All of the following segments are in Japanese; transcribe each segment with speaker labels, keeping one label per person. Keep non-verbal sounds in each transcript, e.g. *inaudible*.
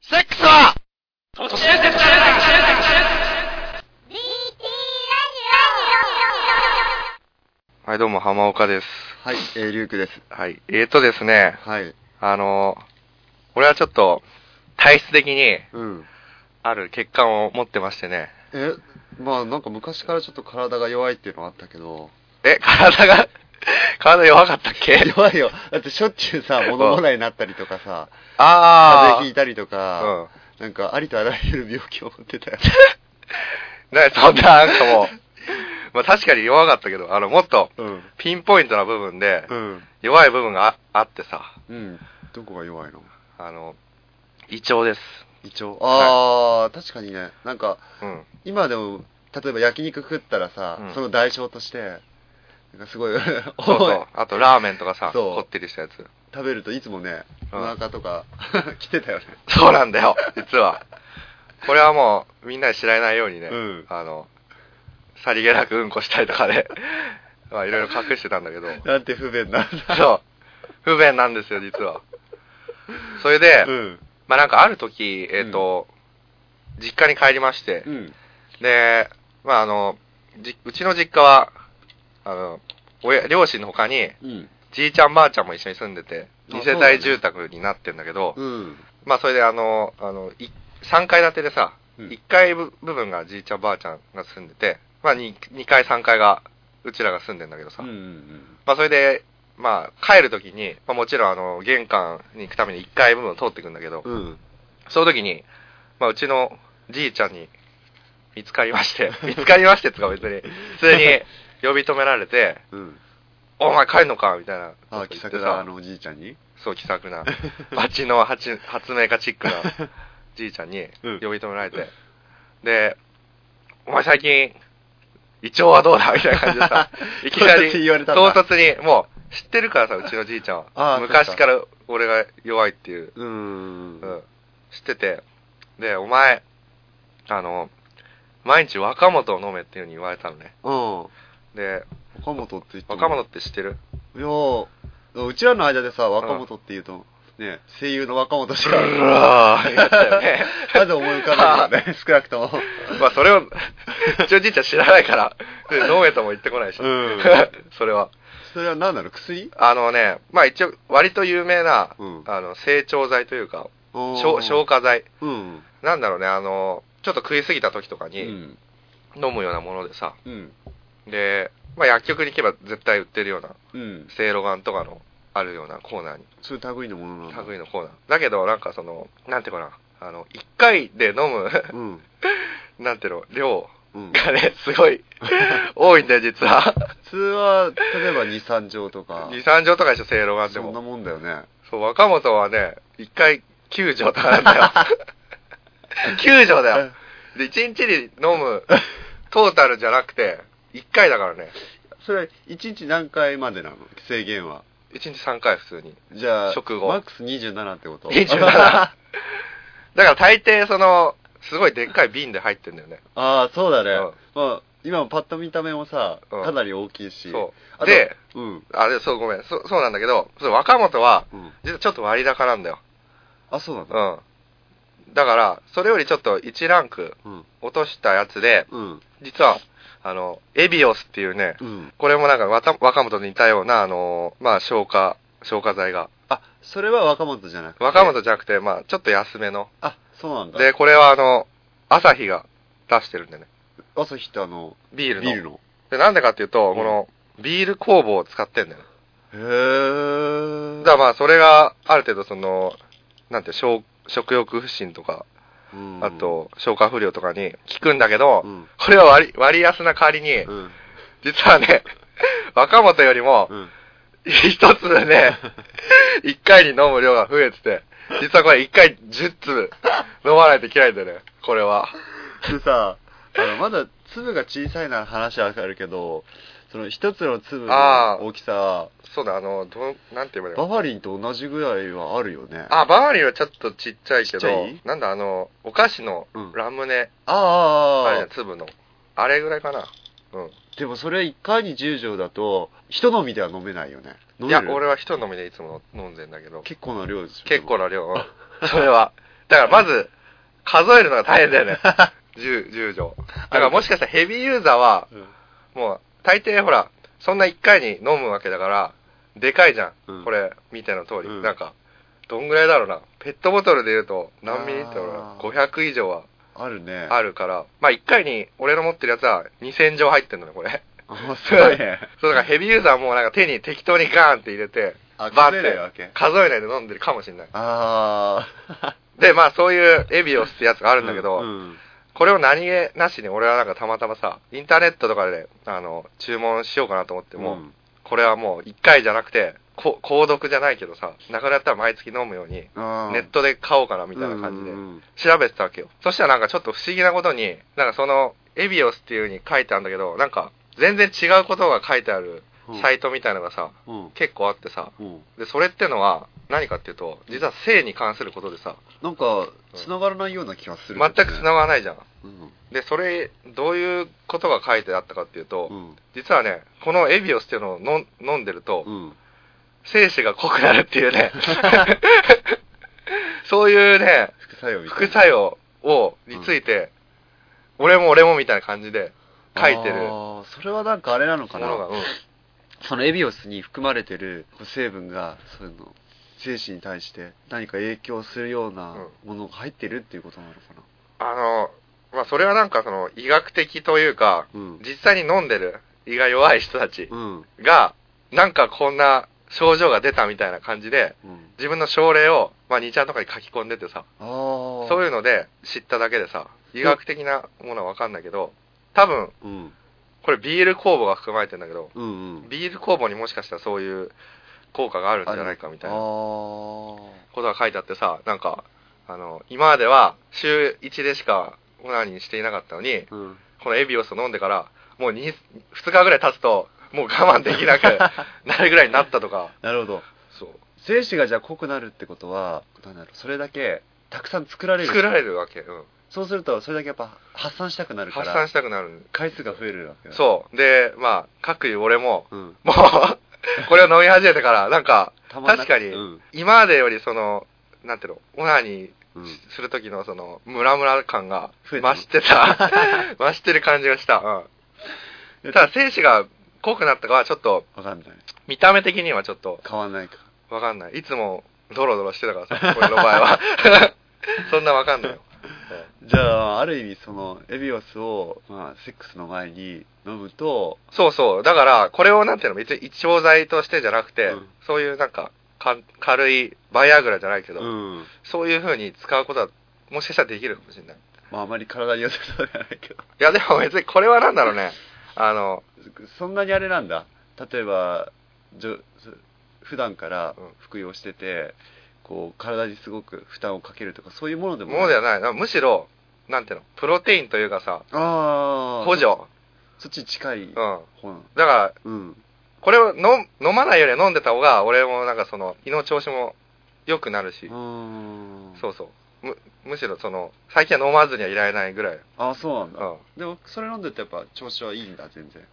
Speaker 1: セックスは
Speaker 2: 都市伝説じゃねえだ
Speaker 3: はい、どうも、浜岡です。
Speaker 4: はい、えー、リュウクです。
Speaker 3: はい。えーとですね、
Speaker 4: はい。
Speaker 3: あのー、俺はちょっと、体質的に、
Speaker 4: うん。
Speaker 3: ある欠陥を持ってましてね。
Speaker 4: え、まあなんか昔からちょっと体が弱いっていうのはあったけど、
Speaker 3: え、体が、 *laughs* 体弱かったっけ
Speaker 4: 弱いよ。だってしょっちゅうさ、物もらいになったりとかさ、風
Speaker 3: あ
Speaker 4: 邪ひいたりとか、
Speaker 3: ー。うん。
Speaker 4: なんかありとあらゆる病気を持ってたよ。
Speaker 3: ね、そんな、なんかもう、まあ確かに弱かったけど、あの、もっと、
Speaker 4: うん。
Speaker 3: ピンポイントな部分で
Speaker 4: う、ん。
Speaker 3: 弱い部分がああってさ、
Speaker 4: うん。どこが弱いの
Speaker 3: あの、胃腸です。
Speaker 4: 胃腸。あー、確かにね。なんか、
Speaker 3: うん。
Speaker 4: 今でも、例えば焼肉食ったらさ、
Speaker 3: うん
Speaker 4: その代償として、なんかすご
Speaker 3: そ
Speaker 4: い、
Speaker 3: う
Speaker 4: 重
Speaker 3: そ。
Speaker 4: いう
Speaker 3: あと、ラーメンとかさ、
Speaker 4: そう
Speaker 3: こってりしたやつ。
Speaker 4: *laughs* 食べるといつもね、お
Speaker 3: うん
Speaker 4: 腹とか、 *laughs* 来てたよね。
Speaker 3: *laughs* そうなんだよ、実は。これはもう、みんなに知られないようにね、
Speaker 4: うん
Speaker 3: あの、さりげなくうんこしたりとかで、 *laughs* まあ、いろいろ隠してたんだけど、
Speaker 4: *laughs* なんて不便なんだ。
Speaker 3: そう、不便なんですよ、実は。それで、
Speaker 4: ん。
Speaker 3: まあなんかある時、えっ、と、実家に帰りまして、
Speaker 4: うん。
Speaker 3: で、まああの、じうちの実家は、あの、親両親の他に、
Speaker 4: うん。
Speaker 3: じいちゃんばあちゃんも一緒に住んでて、
Speaker 4: あ
Speaker 3: 二世
Speaker 4: そうなん
Speaker 3: 帯
Speaker 4: だ
Speaker 3: 住宅になってんだけど、
Speaker 4: うん。
Speaker 3: まあそれであの、あの、い3階建てでさ、
Speaker 4: うん
Speaker 3: 1階ぶ部分がじいちゃんばあちゃんが住んでて、まあ 2, 2階3階がうちらが住んでんだけどさ、
Speaker 4: うんうん
Speaker 3: まあそれで、まあ帰るときに、まあもちろんあの、玄関に行くために1階部分を通ってくんだけど、
Speaker 4: うん。うん。
Speaker 3: その時に、まあうちのじいちゃんに見つかりま
Speaker 4: *laughs*
Speaker 3: して、見つかりましてつか別に、普通に呼び止められて、
Speaker 4: うん。
Speaker 3: お前帰んのかみたいなこと言
Speaker 4: あ、
Speaker 3: って
Speaker 4: 気
Speaker 3: さ。
Speaker 4: さくなあのおじいちゃんに
Speaker 3: そう、気さく
Speaker 4: *laughs*
Speaker 3: な、街の発発明家チックなじいちゃんに
Speaker 4: うん、
Speaker 3: 呼び止められて、で、お前最近、胃腸はどうだみたいな感じでさ
Speaker 4: *laughs*
Speaker 3: いきなり
Speaker 4: 唐突に言われたん
Speaker 3: 唐
Speaker 4: だ
Speaker 3: 突に、もう知ってるからさ、うちのじいちゃん
Speaker 4: あ
Speaker 3: は。
Speaker 4: あ
Speaker 3: 昔から俺が弱いっていう、
Speaker 4: うーん
Speaker 3: うん、知ってて、で、お前、あの、毎日若本を飲めっていうふうに言われたのね。
Speaker 4: うん。
Speaker 3: で、
Speaker 4: 若本って言っても
Speaker 3: 若本って知ってる
Speaker 4: いやーうちらの間でさ、若本って言うと、ね、声優の若本しか、
Speaker 3: ら
Speaker 4: *laughs*
Speaker 3: ー言ったよね。
Speaker 4: まず思い浮かばないよね、少なくとも。
Speaker 3: まあそれを、 *laughs* うちのじいちゃん知らないから、
Speaker 4: *laughs*
Speaker 3: でノーエとも言ってこないし、
Speaker 4: う
Speaker 3: *laughs*
Speaker 4: ん
Speaker 3: それは。
Speaker 4: それは何なの薬
Speaker 3: あのね、まあ一応、割と有名な、
Speaker 4: うん
Speaker 3: あの成長剤というか、消消
Speaker 4: 消
Speaker 3: 化剤。
Speaker 4: うん。
Speaker 3: なんだろうね、あの、ちょっと食いすぎた時とか
Speaker 4: う
Speaker 3: に
Speaker 4: ん。
Speaker 3: 飲むようなものでさ、
Speaker 4: うん。
Speaker 3: で、まあ薬局に行けば絶対売ってるような、
Speaker 4: うん。
Speaker 3: セいろがんとかのあるようなコーナーに、
Speaker 4: そういう類のものなんだ。
Speaker 3: 類のコーナー。だけどなんかその、なんていうかな、あの、一回で飲む、
Speaker 4: うん。
Speaker 3: *laughs* なんていうの、量
Speaker 4: うん。
Speaker 3: がね、すご
Speaker 4: *laughs*
Speaker 3: い多いんだよ、実は。
Speaker 4: 普通は、例えば2、3錠とか、
Speaker 3: 2、3錠とかでしょ、正露丸で
Speaker 4: そんな
Speaker 3: も。
Speaker 4: もんだよね。
Speaker 3: そう、若本はね、1回9錠とかなんだ
Speaker 4: *laughs*
Speaker 3: よ。9錠だよ。で、1日に飲む、トータルじゃなくて、1回だからね。
Speaker 4: それ、1日何回までなの制限は。
Speaker 3: 1日3回普通に。
Speaker 4: じゃあ、
Speaker 3: 食後
Speaker 4: マックス27ってこと
Speaker 3: 27
Speaker 4: あ
Speaker 3: *laughs* だから大抵、その、すごいでっかい瓶で入ってんだよね。
Speaker 4: *laughs* あ、そうだね。
Speaker 3: うん
Speaker 4: まあ、今パッと見た目もさ、
Speaker 3: うん
Speaker 4: かなり大きいし。
Speaker 3: そ
Speaker 4: あと
Speaker 3: う。で、、
Speaker 4: うん。
Speaker 3: あれ、そう、ごめん。そそうなんだけど、そう若本は、
Speaker 4: うん。
Speaker 3: 実はちょっと割高なんだよ。
Speaker 4: あ、そうなんだ。
Speaker 3: うん。だから、それよりちょっと1ランク
Speaker 4: うん。
Speaker 3: 落としたやつで、
Speaker 4: うん。
Speaker 3: 実は、あの、エビオスっていうね、
Speaker 4: うん。
Speaker 3: これもなんかわた若本に似たような、あのまあ、消化、消化剤が。
Speaker 4: あ、それは若本じゃなくて。
Speaker 3: 若本じゃなくて、まあ、ちょっと安めの。
Speaker 4: あ、そうなんだ。
Speaker 3: で、、これはあの、朝日が出してるんでね。
Speaker 4: 朝日ってあの、
Speaker 3: ビールの。
Speaker 4: ビールの。
Speaker 3: で、なんでかっていうと、
Speaker 4: うん
Speaker 3: この、ビール工房を使ってんだよね。
Speaker 4: へ
Speaker 3: だ
Speaker 4: ー。
Speaker 3: からまあ、それがある程度その、なんていう消、食欲不振とか、
Speaker 4: うん
Speaker 3: あ、と、消化不良とかに効くんだけど、
Speaker 4: うん。
Speaker 3: これは割、割安な代わりに、
Speaker 4: うん。
Speaker 3: 実はね、 *laughs* 若本よりも
Speaker 4: う、ん。
Speaker 3: 一つでね、一回に飲む量が増えてて、実はこれ一回10粒飲まないといけないんだよね、これは。
Speaker 4: でさ、あの、まだ粒が小さいな話はわかるけど、その一つの粒の大きさは、
Speaker 3: そうだ、あの、どん、なんて言えばいい
Speaker 4: バ
Speaker 3: の
Speaker 4: ファリンと同じぐらいはあるよね。
Speaker 3: あ、バーリーはちょっとちっちゃいけ
Speaker 4: ちっちゃ
Speaker 3: ど
Speaker 4: い、
Speaker 3: なんだ、あの、お菓子の
Speaker 4: うん
Speaker 3: ラムネ、
Speaker 4: あ
Speaker 3: あ
Speaker 4: あ
Speaker 3: れ
Speaker 4: あ
Speaker 3: ね、粒の。あれぐらいかな。うん。
Speaker 4: でもそれ一回に10錠だと、一飲みでは飲めないよね。飲
Speaker 3: い
Speaker 4: め
Speaker 3: や、
Speaker 4: る
Speaker 3: 俺は一飲みでいつも飲んでんだけど、
Speaker 4: 結構な量ですよ。
Speaker 3: 結構 *laughs*
Speaker 4: な。
Speaker 3: な量、うんそれは。だからまず、数えるのが大変だよね。10、10錠。だからもしかしたらヘビーユーザーは、もう、大抵ほら、そんな1回に飲むわけだから、でかいじゃん。
Speaker 4: うん
Speaker 3: これ、見ての通り。
Speaker 4: うん
Speaker 3: なんか、どんぐらいだろうな。ペットボトルで言うと、何ミリって
Speaker 4: あー
Speaker 3: ?500 以上は
Speaker 4: あるね。
Speaker 3: あ
Speaker 4: る。
Speaker 3: るから、まあ1回に、俺の持ってるやつは2000錠入ってんのね、これ。 *laughs*
Speaker 4: すごいね。
Speaker 3: そうだからヘビーユーザーもなんか手に適当にガーンって入れて、
Speaker 4: あ
Speaker 3: バ
Speaker 4: 数えない
Speaker 3: ー
Speaker 4: わ
Speaker 3: っ
Speaker 4: け
Speaker 3: て数えないで飲んでるかもしれない。
Speaker 4: ああ。
Speaker 3: で、まあそういうエビオスってやつがあるんだけど、
Speaker 4: うん
Speaker 3: これを何気なしに俺はなんかたまたまさ、インターネットとかで、あの、注文しようかなと思っても、
Speaker 4: うん
Speaker 3: これはもう一回じゃなくて、こ購読じゃないけどさ、なくなったら毎月飲むように、
Speaker 4: あー
Speaker 3: ネットで買おうかなみたいな感じで
Speaker 4: うんうんうん
Speaker 3: 調べてたわけよ。そしたらなんかちょっと不思議なことに、なんかその、エビオスっていう風に書いてあるんだけど、なんか全然違うことが書いてあるサイトみたいのがさ、
Speaker 4: うん
Speaker 3: 結構あってさ、
Speaker 4: うん
Speaker 3: で、それってのは何かっていうと、実は性に関することでさ、
Speaker 4: なんか、繋がらないような気がする。
Speaker 3: 全く繋
Speaker 4: が
Speaker 3: がらないじゃん。
Speaker 4: うん。
Speaker 3: で、それ、どういうことが書いてあったかっていうと、
Speaker 4: うん。
Speaker 3: 実はね、このエビオスっていうのを飲ん飲んでると、
Speaker 4: うん。
Speaker 3: 精子が濃くなるっていうね、そういうね、
Speaker 4: 副作用みたいな。
Speaker 3: 副作用を、について、俺も俺もみたいな感じで書いてる
Speaker 4: あ
Speaker 3: も
Speaker 4: ーそれはなんかあれなのかな
Speaker 3: のが、うん
Speaker 4: そのエビオスに含まれてる成分がそういうの精子に対して何か影響するようなものが入ってるっていうことなのかな
Speaker 3: あの、まあ、それはなんかその、医学的というか、
Speaker 4: うん
Speaker 3: 実際に飲んでる胃が弱い人たち
Speaker 4: うん
Speaker 3: が、なんかこんな症状が出たみたいな感じで、
Speaker 4: うん
Speaker 3: 自分の症例を、まあ、2ちゃんとかに書き込んでてさ、
Speaker 4: ああ
Speaker 3: そういう
Speaker 4: う
Speaker 3: ので知っただけでさ、医学的なものはわかんないけど、多分、
Speaker 4: うん
Speaker 3: これビール酵母が含まれてんだけど、
Speaker 4: うんうん
Speaker 3: ビール酵母にもしかしたらそういう効果があるんじゃないかみたい
Speaker 4: あ
Speaker 3: な
Speaker 4: ー
Speaker 3: ことが書いてあってさ、なんか、あの、今までは週1でしかオナニーしていなかったのに、
Speaker 4: うん
Speaker 3: このエビオスを飲んでから、もう 2, 2日ぐらい経つと、もう我慢でき
Speaker 4: *laughs*
Speaker 3: なくなるぐらいになったとか、
Speaker 4: なるほど
Speaker 3: そう。
Speaker 4: 精子がじゃあ濃くなるってことはなんだろうそれだけたくさん作られる
Speaker 3: 作られるわけ。うん。
Speaker 4: そうするとそれだけやっぱ発散したくなるか
Speaker 3: 発
Speaker 4: ら
Speaker 3: 散したくなる。
Speaker 4: 回数が増えるわけだ
Speaker 3: そう。で、まあ、各言う俺も、
Speaker 4: う、ん、
Speaker 3: もう、 *laughs* これを飲み始めてから、なんか、
Speaker 4: たまんな
Speaker 3: 確かに
Speaker 4: うん
Speaker 3: 今までよりその、なんていうの、オナニ
Speaker 4: う
Speaker 3: ー
Speaker 4: ん
Speaker 3: しする時のその、ムラムラ感が
Speaker 4: 増え
Speaker 3: 増
Speaker 4: たの
Speaker 3: してた。
Speaker 4: *laughs*
Speaker 3: 増してる感じがした。うん。ただ、精子が濃くなったかはちょっと、
Speaker 4: わかんない
Speaker 3: 見た目的にはちょっと、
Speaker 4: 変わんないか
Speaker 3: わかんない。いつも、ドロドロしてたからさ、俺の場合は。 *laughs* そんなわかんないよ。
Speaker 4: じゃあ、ある意味、その、エビオスを、まあ、セックスの前に飲むと、
Speaker 3: そうそう。だから、これをなんていうの、別に一錠剤としてじゃなくて、
Speaker 4: うん
Speaker 3: そういうなんかか軽い、バイアグラじゃないけ
Speaker 4: う
Speaker 3: ど、
Speaker 4: ん。
Speaker 3: そういう風に使うことは、もしかしたらできるかもしれない。
Speaker 4: まあ、あまり体に良さそうじゃないけど、
Speaker 3: いや、でも別にこれはなんだろうね。あの、
Speaker 4: そんなにあれなんだ。例えば、じょそ普段から
Speaker 3: うん
Speaker 4: 服用してて、こう、体にすごく負担をかけるとか、そういうものでも
Speaker 3: もので
Speaker 4: な
Speaker 3: は
Speaker 4: い。
Speaker 3: ない。むしろ、なんていうの、プロテインというかさ、
Speaker 4: ああ。
Speaker 3: 補助。うん。
Speaker 4: そっち近い
Speaker 3: だか
Speaker 4: 方なの。
Speaker 3: ら、
Speaker 4: うん。
Speaker 3: これを飲飲まないより飲んでた方が、俺もなんかその、胃の調子も良くなるし、
Speaker 4: うん。
Speaker 3: そうそう。む、むしろその、最近は飲まずにはいられないぐらい。
Speaker 4: ああ、そうなん
Speaker 3: う
Speaker 4: だ。
Speaker 3: ん。
Speaker 4: でも、それ飲んでてやっぱ調子はいいんだ、全然。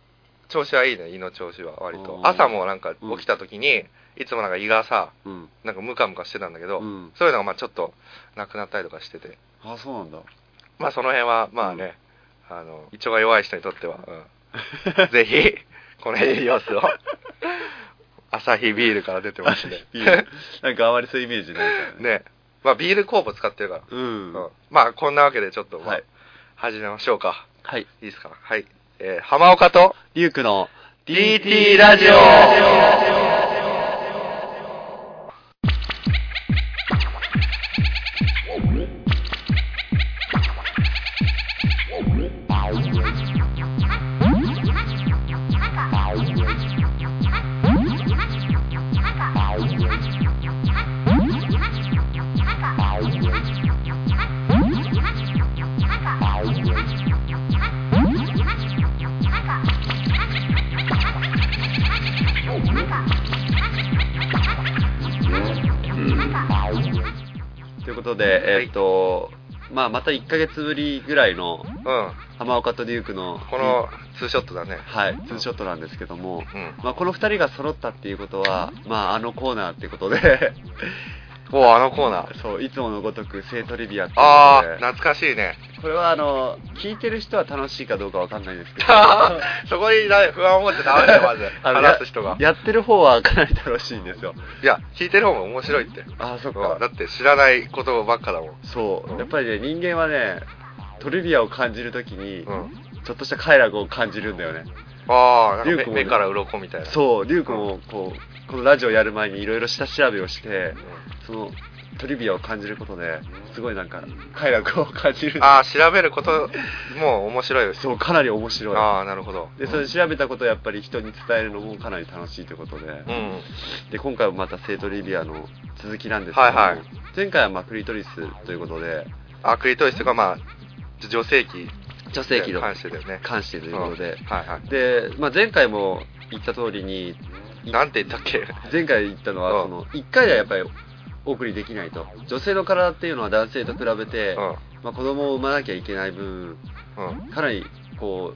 Speaker 3: 調子はいいね、胃の調子は、割と
Speaker 4: う。ん
Speaker 3: 朝もなんか起きた時に、いつもなんか胃がさ、
Speaker 4: うん。
Speaker 3: なんかムカムカしてたんだけど、
Speaker 4: うん。
Speaker 3: そういうのがまあちょっとなくなったりとかしてて。
Speaker 4: ああ、そうなんだ。。
Speaker 3: まあその辺は、まあね、あの、胃腸が弱い人にとっては、 *laughs* うんぜひ、このエリオスを、アサヒビールから出てますんで
Speaker 4: *laughs*
Speaker 3: *laughs*
Speaker 4: いいねなんかあまりそういうイメージないからね。
Speaker 3: ね。まあビール酵母使ってるから。
Speaker 4: うん。
Speaker 3: うんまあこんなわけでちょっと、まあ
Speaker 4: はい
Speaker 3: 始めましょうか。
Speaker 4: はい。
Speaker 3: いいですか。はい。えー浜岡と、
Speaker 4: リュウクの
Speaker 3: DT ラジオ
Speaker 4: ということで、
Speaker 3: はい
Speaker 4: えっ、と、まあ、また1ヶ月ぶりぐらい
Speaker 3: う
Speaker 4: の
Speaker 3: ん。
Speaker 4: 浜岡とリュウクの、
Speaker 3: このツーショットだね。
Speaker 4: はい、ツーショットなんですけども、
Speaker 3: うん。
Speaker 4: まあ、この2人が揃ったっていうことは、まあ、あのコーナーっていうことで、
Speaker 3: おうあのコーナー。
Speaker 4: *laughs* そういつものごとく性トリビアって
Speaker 3: あ
Speaker 4: いう
Speaker 3: ー、
Speaker 4: ので
Speaker 3: 懐かしい *laughs* ね。
Speaker 4: これはあの聞いてる人は楽しいかどうかわかんないで
Speaker 3: *laughs*
Speaker 4: すけど
Speaker 3: そこにだ不安を持っちゃダメだよ、まず。
Speaker 4: あの
Speaker 3: 話す人が。
Speaker 4: ややってる方はかなり楽しいんですよ
Speaker 3: いや、聞いてる方が面白いって。
Speaker 4: ああそっ
Speaker 3: うんだ
Speaker 4: か
Speaker 3: って知らないことばっかだもん。
Speaker 4: そう
Speaker 3: うん
Speaker 4: やっぱりね人間はねトリビアを感じるときに、
Speaker 3: うん。
Speaker 4: ちょっとした快楽を感じるんだよね
Speaker 3: ああ、なんか
Speaker 4: リュウ
Speaker 3: 目
Speaker 4: 君もね
Speaker 3: 目から鱗みたいな。
Speaker 4: そうリュウ君もこうこのラジオやる前にいろいろ下調べをして
Speaker 3: うん
Speaker 4: そのトリビアを感じることですごいなんか快楽を感じる
Speaker 3: ああ、調べることも面白いです。
Speaker 4: そうかなり面白い
Speaker 3: ああ、なるほど。
Speaker 4: でそれ調べたことをやっぱり人に伝えるのもかなり楽しいということで,、
Speaker 3: うん。
Speaker 4: で今回もまた生徒リビアの続きなんですけども、
Speaker 3: はいはい
Speaker 4: 前回はまあクリトリスということで
Speaker 3: あ、クリトリスとか、まあ、女性器。
Speaker 4: 女性器の
Speaker 3: 関してだよね。
Speaker 4: 関してということで
Speaker 3: うん、はいは
Speaker 4: で、まあ、前回も言った通りに
Speaker 3: い。なんて言ったっけ
Speaker 4: 前回言ったの
Speaker 3: うん
Speaker 4: はその1回ではやっぱりお送りできないと女性の体っていうのは男性と比べて、
Speaker 3: う
Speaker 4: まあ、子供を産まなきゃいけない分
Speaker 3: ん。うん。
Speaker 4: かなりこ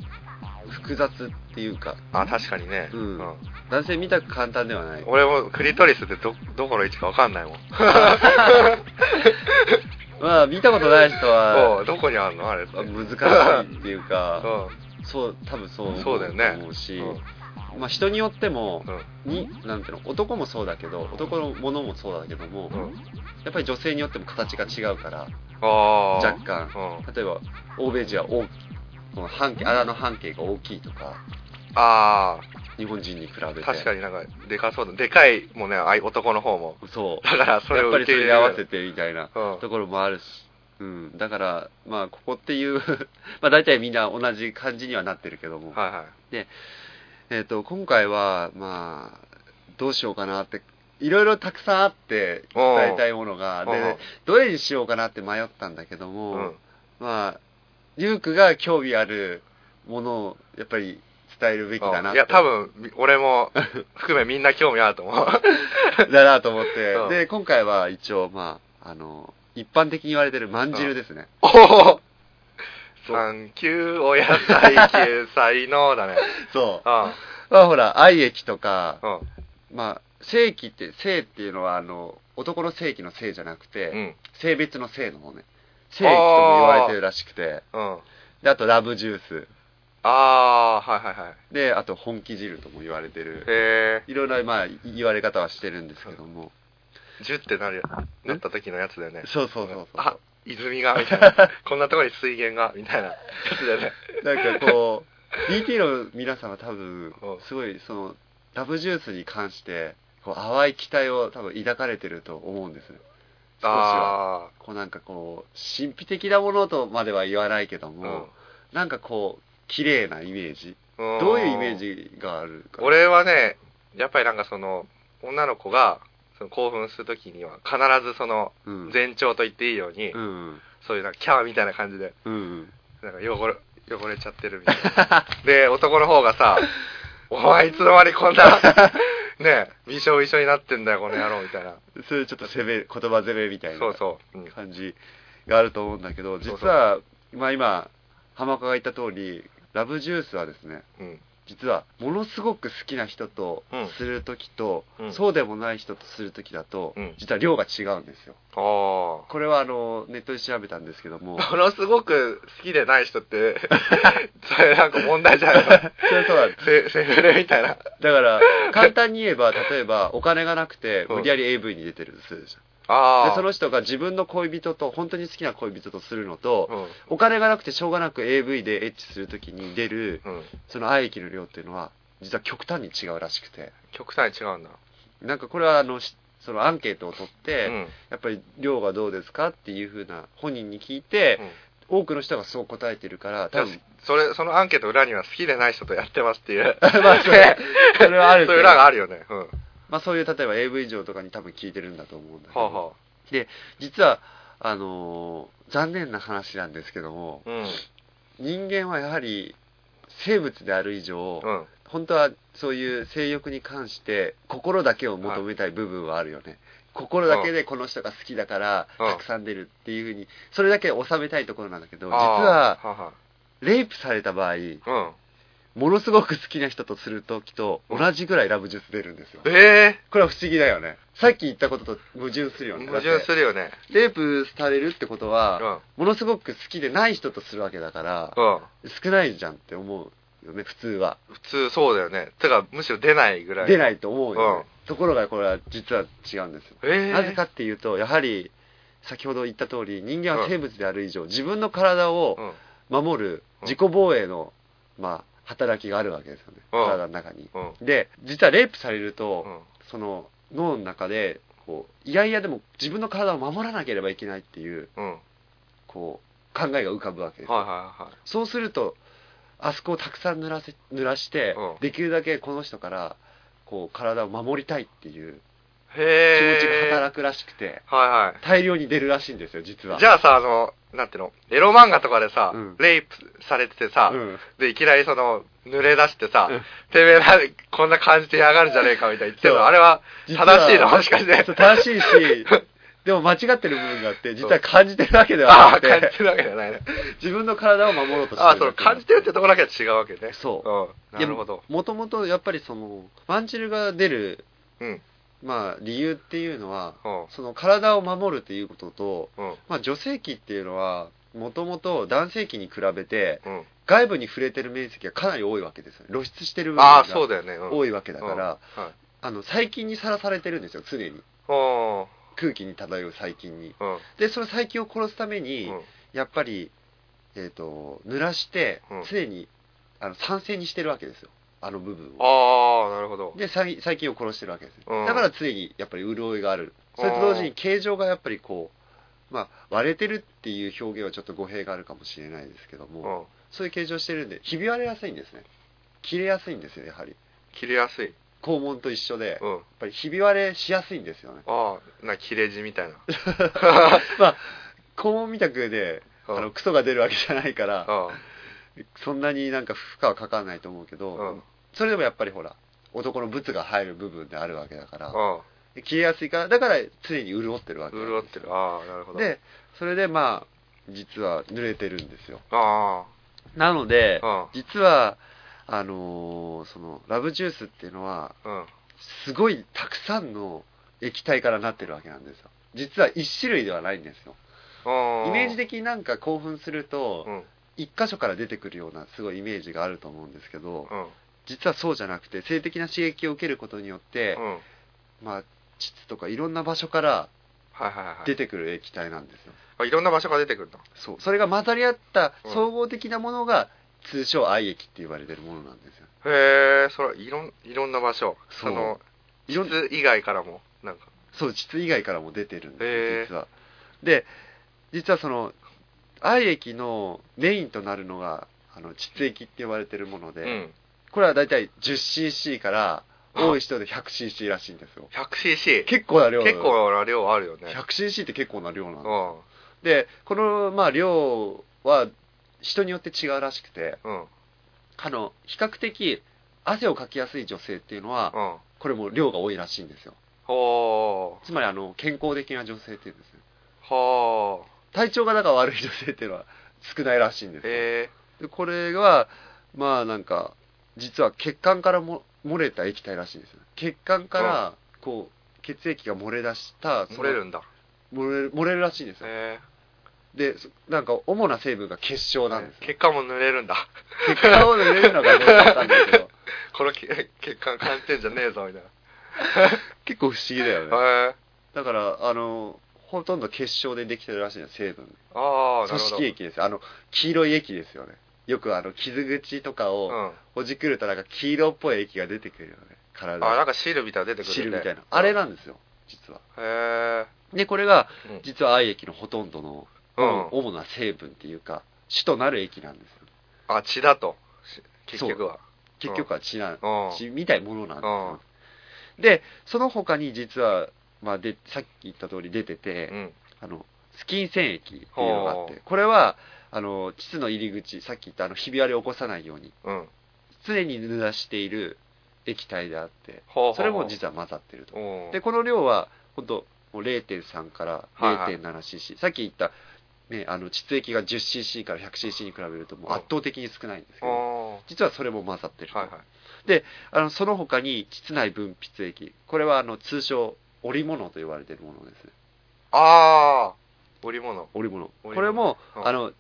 Speaker 4: う複雑っていうか
Speaker 3: あ、確かにね。
Speaker 4: うん男性見たく簡単ではない
Speaker 3: 俺もクリトリスってど、どこの位置かわかんないもん。
Speaker 4: まあ見たことない
Speaker 3: *laughs*
Speaker 4: 人
Speaker 3: お
Speaker 4: は
Speaker 3: うどこにあるのあれって。
Speaker 4: まあ
Speaker 3: うん。
Speaker 4: 難しいっていうかそう多分そう思
Speaker 3: そうだよね
Speaker 4: 思うし、
Speaker 3: うん
Speaker 4: まあ、人によっても
Speaker 3: うん。
Speaker 4: になんていうの男もそうだけど男のものもそうだけども、
Speaker 3: うん。
Speaker 4: やっぱり女性によっても形が違うから
Speaker 3: ああ。
Speaker 4: 若干
Speaker 3: うん。
Speaker 4: 例えば欧米人は大きこの半径穴の半径が大きいとか
Speaker 3: あ
Speaker 4: 日本人に比べ
Speaker 3: あ、
Speaker 4: て
Speaker 3: 確かになんか、でかそうだ。でかいもんね、あい男の方も。
Speaker 4: そう
Speaker 3: だから、それ
Speaker 4: や
Speaker 3: を
Speaker 4: っぱ
Speaker 3: 受
Speaker 4: り
Speaker 3: け
Speaker 4: そ
Speaker 3: 入れ
Speaker 4: れに
Speaker 3: る
Speaker 4: 合わせてみたいな
Speaker 3: うん。
Speaker 4: ところもあるし、うん、だからまあここっていう *laughs* まあ大体みんな同じ感じにはなってるけども、
Speaker 3: はいはい。
Speaker 4: えー、と今回はまあどうしようかなっていろいろたくさんあって伝えたいものがでどれにしようかなって迷ったんだけど
Speaker 3: うん
Speaker 4: も、
Speaker 3: うん。
Speaker 4: まあリュウクが興味あるものをやっぱり伝えるべきだな
Speaker 3: うんいや、多
Speaker 4: 分
Speaker 3: 分、み俺も、含めみんな興味あると思
Speaker 4: *laughs*
Speaker 3: う。
Speaker 4: だなと思って、
Speaker 3: うん
Speaker 4: で今回は一応まああの一般的に言われてるまんじるですね、
Speaker 3: おお
Speaker 4: そう
Speaker 3: 産休、親歳休、才能だね。
Speaker 4: そう
Speaker 3: あ
Speaker 4: まあほら愛液とか、
Speaker 3: あ、
Speaker 4: まあ性器って性っていうのはあの男の性器の性じゃなくて、
Speaker 3: うん。うん。
Speaker 4: 性別の性の方ね性器とも言われてるらしくて
Speaker 3: うん。
Speaker 4: であとラブジュース
Speaker 3: ああー、はいはいはい。
Speaker 4: であと本気汁とも言われてる
Speaker 3: へえ。
Speaker 4: いろんなまあ言われ方はしてるんですけども
Speaker 3: ジュってなる、なった時のやつだよね。
Speaker 4: そうそうそうそう
Speaker 3: あ、泉が、みたい
Speaker 4: *laughs*
Speaker 3: な。こんなところに水源が、みたいなやつだよね。
Speaker 4: なんかこう DT の皆様多分
Speaker 3: うん
Speaker 4: すごいそのラブジュースに関してこう淡い期待を多分抱かれてると思うんですね少しは
Speaker 3: あ
Speaker 4: こうなんかこう神秘的なものとまでは言わないけど
Speaker 3: あ、
Speaker 4: も、なんかこう綺麗なイメージ
Speaker 3: うん
Speaker 4: どういうイメージがあるか
Speaker 3: 俺はね、やっぱりなんかその、女の子が、その興奮するときには、必ずその、
Speaker 4: うん
Speaker 3: 前兆と言っていいように、
Speaker 4: うん
Speaker 3: そういうなんか、キャーみたいな感じで、
Speaker 4: うん
Speaker 3: なんか汚れ、汚れちゃってるみたい
Speaker 4: *laughs*
Speaker 3: な。で、男の方がさ、お前いつの間にこん
Speaker 4: *laughs*
Speaker 3: な、ねえ、びしょびしょになってんだよ、この野郎みたいな。
Speaker 4: そういうちょっと攻め言葉攻めみたいな
Speaker 3: そうそう。うん
Speaker 4: 感じがあると思うんだけ
Speaker 3: そう
Speaker 4: ど
Speaker 3: そう
Speaker 4: 実はまあ今浜岡が言った通りラブジュースはですね
Speaker 3: うん。
Speaker 4: 実はものすごく好きな人と
Speaker 3: うん
Speaker 4: する時と、
Speaker 3: うん
Speaker 4: そうでもない人とする時だと、
Speaker 3: うん
Speaker 4: 実は量が違うんですよ
Speaker 3: ああ。
Speaker 4: これはあのネットで調べたんですけ
Speaker 3: *laughs*
Speaker 4: ども
Speaker 3: ものすごく好きでない人って、それなんか問題じゃないの
Speaker 4: *laughs* それはそうなんです
Speaker 3: セセフレみたいな。
Speaker 4: だから簡単に言えば例えばお金がなくて
Speaker 3: うん
Speaker 4: 無理やり AV に出てるとするじゃん
Speaker 3: あ
Speaker 4: で
Speaker 3: あ。
Speaker 4: その人が自分の恋人と本当に好きな恋人とするのと、
Speaker 3: うん。
Speaker 4: お金がなくてしょうがなく AV でエッチするときに出る
Speaker 3: うん。
Speaker 4: その愛液の量っていうのは実は極端に違うらしくて
Speaker 3: 極端に違うんだ。
Speaker 4: なんかこれはあのしそのアンケートを取っ
Speaker 3: う
Speaker 4: て、
Speaker 3: ん。
Speaker 4: やっぱり量がどうですかっていうふうな本人に聞いて、多くの人がそう答えてるから多
Speaker 3: いや
Speaker 4: 分
Speaker 3: それ、そのアンケート裏には好きでない人とやってますっていう。
Speaker 4: *laughs* まあそれそれはある
Speaker 3: そ
Speaker 4: け
Speaker 3: ういう
Speaker 4: ど
Speaker 3: 裏があるよね。うん。は
Speaker 4: まあ、そういう例えば AV 上とかに多分聞いてるんだと思うんだけど、
Speaker 3: あ、は
Speaker 4: 実はあのー残念な話なんですけども
Speaker 3: あ。うん。
Speaker 4: 人間はやはり生物である以上、
Speaker 3: うん。
Speaker 4: 本当はそういう性欲に関して心だけを求めたい部分はあるよね、心だけでこの人が好きだから
Speaker 3: うん
Speaker 4: たくさん出るっていうふうにそれだけ収めたいところなんだけど実
Speaker 3: ああ
Speaker 4: は
Speaker 3: は
Speaker 4: レイプされた場合
Speaker 3: あは
Speaker 4: ものすごく好きな人とする時と同じぐらいラブジュース出るんですよ
Speaker 3: え
Speaker 4: これは不思議だよねさっき言ったことと矛盾する
Speaker 3: え
Speaker 4: よね
Speaker 3: 矛盾す
Speaker 4: る
Speaker 3: るよね。
Speaker 4: レイプされるってこと
Speaker 3: う
Speaker 4: は、
Speaker 3: ん。
Speaker 4: ものすごく好きでない人とするわけだから、
Speaker 3: うん。
Speaker 4: 少ないじゃんって思うよね普通は
Speaker 3: 普通そうだよね。てか、むしろ出ないぐらい。。
Speaker 4: 出ないいと思うよ、ねところがこれは実は違うんですよ、
Speaker 3: ええ
Speaker 4: なぜかっていうとやはり先ほど言った通り人間は生物である以上、自分の体を
Speaker 3: うん。
Speaker 4: 守る自己防衛の、まあ、働きがあるわけですよね、
Speaker 3: うん
Speaker 4: 体の中に
Speaker 3: うん。
Speaker 4: で実はレイプされると、
Speaker 3: うん。
Speaker 4: その脳の中でこういやいやでも自分の体を守らなければいけないっていう
Speaker 3: うん。はい
Speaker 4: こう考えが浮かぶわけですよ、
Speaker 3: はいはい。
Speaker 4: そうするとあそこをたくさん濡らせ濡らして、
Speaker 3: うん
Speaker 4: できるだけこの人からこう体を守りたいっていう気持ち
Speaker 3: へえ。
Speaker 4: が働くらしくて、
Speaker 3: く。はいはい。
Speaker 4: 大量に出るらしいんですよ実は
Speaker 3: じゃ
Speaker 4: ゃ
Speaker 3: あさ、あの、なんていうの、エロ漫画とかでさ、
Speaker 4: うん
Speaker 3: レイプされててさ、
Speaker 4: うん、
Speaker 3: で、いきなりその、濡れ出してさ、
Speaker 4: うん
Speaker 3: てめえら、こんな感じでやがるじゃねえかみたいに言ってる
Speaker 4: そう
Speaker 3: の、あれは、
Speaker 4: 実は
Speaker 3: 正しいのもしかして
Speaker 4: そう正しいしでも間違ってる部分があって実は感じてるわけでは
Speaker 3: あ
Speaker 4: な
Speaker 3: あ、
Speaker 4: くて
Speaker 3: 感じてるわけじゃないね。
Speaker 4: 自分の体を守ろうとしてる
Speaker 3: ああ、そう、感じてるってところだけは違うわけね。
Speaker 4: そう
Speaker 3: うん。なるほど。
Speaker 4: もともとやっぱりそのバンチルが出る、
Speaker 3: うん
Speaker 4: まあ、理由っていうのは
Speaker 3: うん。
Speaker 4: その体を守るっていうことと、
Speaker 3: うん。
Speaker 4: まあ、女性器っていうのはもともと男性器に比べて
Speaker 3: うん。
Speaker 4: 外部に触れてる面積がかなり多いわけですよ露出してる部分
Speaker 3: ああ、そう
Speaker 4: が
Speaker 3: だよね。うん。
Speaker 4: 多いわけだから、
Speaker 3: うんはい
Speaker 4: あの細菌にさらされてるんですよ常に
Speaker 3: おー
Speaker 4: 空気に漂う細菌に
Speaker 3: うん。
Speaker 4: でその細菌を殺すために、
Speaker 3: うん。
Speaker 4: やっぱり、えー、と濡らして
Speaker 3: うん
Speaker 4: 常に、あの酸性にしてるわけですよあの部分を
Speaker 3: ああ、なるほど。
Speaker 4: で細細菌を殺してるわけですよ、
Speaker 3: うん
Speaker 4: だから常にやっぱり潤いがあるそれと同時に形状がやっぱりこう、まあ、割れてるっていう表現はちょっと語弊があるかもしれないですけど
Speaker 3: う
Speaker 4: も、
Speaker 3: ん。
Speaker 4: そういう形状してるんでひび割れやすいんですね切れやすいんですよやはり
Speaker 3: 切れやすい。
Speaker 4: 肛門と一緒でやっ
Speaker 3: うん。
Speaker 4: ぱりひび割れしやすいんです
Speaker 3: *laughs*
Speaker 4: よね
Speaker 3: ああ、な、切れ字みた
Speaker 4: *laughs*
Speaker 3: いな。
Speaker 4: まあ肛門みたくで
Speaker 3: うん
Speaker 4: あのクソが出るわけじゃないから
Speaker 3: うん。
Speaker 4: そんなになんか負荷はかかんないと思うけど、
Speaker 3: うん
Speaker 4: それでもやっぱりほら男のブツが入る部分であるわけだから、
Speaker 3: うん。
Speaker 4: で切れやすいからだから常に潤ってるわけ
Speaker 3: 潤ってる。ああ、なるほど。、
Speaker 4: でそれでまあ実は濡れてるんですよ
Speaker 3: あ
Speaker 4: なので
Speaker 3: あ、
Speaker 4: 実はあのーそのラブジュースっていうのは
Speaker 3: うん。うん。
Speaker 4: すごいたくさんの液体からなってるわけなんですよ実は一種類ではないんですよイ
Speaker 3: イ
Speaker 4: メージ的になんか興奮すると
Speaker 3: うん
Speaker 4: 一箇所から出てくるようなすごいイメージがあると思うんですけど
Speaker 3: うん
Speaker 4: 実はそうじゃなくて性的な刺激を受けることによって
Speaker 3: うんはい
Speaker 4: まあ膣とかいろんな場所から
Speaker 3: はいはい
Speaker 4: 出てくる液体なんですよ
Speaker 3: あいろんな場所が出てくるんだ
Speaker 4: そうそれが混ざり合った
Speaker 3: うん
Speaker 4: 総合的なものが通称愛液って呼ばれてるものなんですよ
Speaker 3: へえそれいろんいろんな場所そ
Speaker 4: そう
Speaker 3: の
Speaker 4: いろん
Speaker 3: 質以外からもなんか
Speaker 4: そう膣以外からも出てるん
Speaker 3: へー
Speaker 4: ですよ実はで実はその愛液のメインとなるのがあの膣液って呼ばれてるもので、
Speaker 3: うん
Speaker 4: これはだいたい 10cc から多い人で 100cc らしいんですよ
Speaker 3: 100cc
Speaker 4: 結構な量
Speaker 3: 結構な量あるよね
Speaker 4: 100cc って結構な量なんです
Speaker 3: う
Speaker 4: よ
Speaker 3: ん
Speaker 4: でこのまあ量は人によって違うらしくて
Speaker 3: うん
Speaker 4: あの比較的汗をかきやすい女性っていうのは
Speaker 3: うん
Speaker 4: これも量が多いらしいんですよ
Speaker 3: ほ
Speaker 4: つまりあの健康的な女性っていうんですね
Speaker 3: うほ
Speaker 4: 体調がだから悪い女性っていうのは少ないらしいんで
Speaker 3: う
Speaker 4: すよ
Speaker 3: へえ
Speaker 4: でこれがまあなんか実は血管からも漏れた液体らしいんですよ血管からこう血液が漏れ出したその
Speaker 3: 漏れるんだ
Speaker 4: 漏れる漏れるらしいんですよ
Speaker 3: へ
Speaker 4: でそなんか主な成分が結晶なんです
Speaker 3: え
Speaker 4: よ
Speaker 3: 血管も濡れるんだ *laughs*
Speaker 4: 結果を入れるのがどうかわかんないけど
Speaker 3: この血血管感じてんじゃねえぞみたい
Speaker 4: 結構不思議だよ *laughs* ね
Speaker 3: なへえ
Speaker 4: だからあのほとんど結晶でできてるらしいんです成分
Speaker 3: ああなるほど
Speaker 4: 組織液ですよあの黄色い液ですよねよくあの傷口とか
Speaker 3: う
Speaker 4: を
Speaker 3: ん
Speaker 4: ほじくるとなんか黄色っぽい液が出てくるよね体
Speaker 3: あなん
Speaker 4: に
Speaker 3: か汁みたいなの出てくる
Speaker 4: 汁
Speaker 3: ね
Speaker 4: みたいなあれなんですよ実は
Speaker 3: へえ
Speaker 4: でこれが
Speaker 3: うん
Speaker 4: 実は愛液のほとんどの、
Speaker 3: うん
Speaker 4: 主な成分っていうか主となる液なんですよ
Speaker 3: あ血だとし結局は
Speaker 4: 結局は血な、
Speaker 3: うん
Speaker 4: 血みたいなものなんですよ、でその他に実は、まあ、でさっき言った通り出てて、
Speaker 3: うん
Speaker 4: あのスキン腺液っていうのがあっ
Speaker 3: ほ
Speaker 4: てこれはあの膣の入り口さっき言ったあのひび割れを起こさないように
Speaker 3: うん
Speaker 4: 常に濡らしている液体であって
Speaker 3: ほうほう
Speaker 4: それも実は混ざってると
Speaker 3: うん
Speaker 4: でこの量は本当もう0.3から
Speaker 3: はいはい
Speaker 4: 0.7cc、さっき言った、ね、あの膣液が 10cc から 100cc に比べるともう圧倒的に少ないんですけど、
Speaker 3: うん
Speaker 4: 実はそれも混ざってる、
Speaker 3: はいはい。
Speaker 4: あのその他に膣内分泌液これはあの通称織物と言われているものです
Speaker 3: あー、織物。
Speaker 4: 織物
Speaker 3: 織物
Speaker 4: これも、
Speaker 3: うん
Speaker 4: あの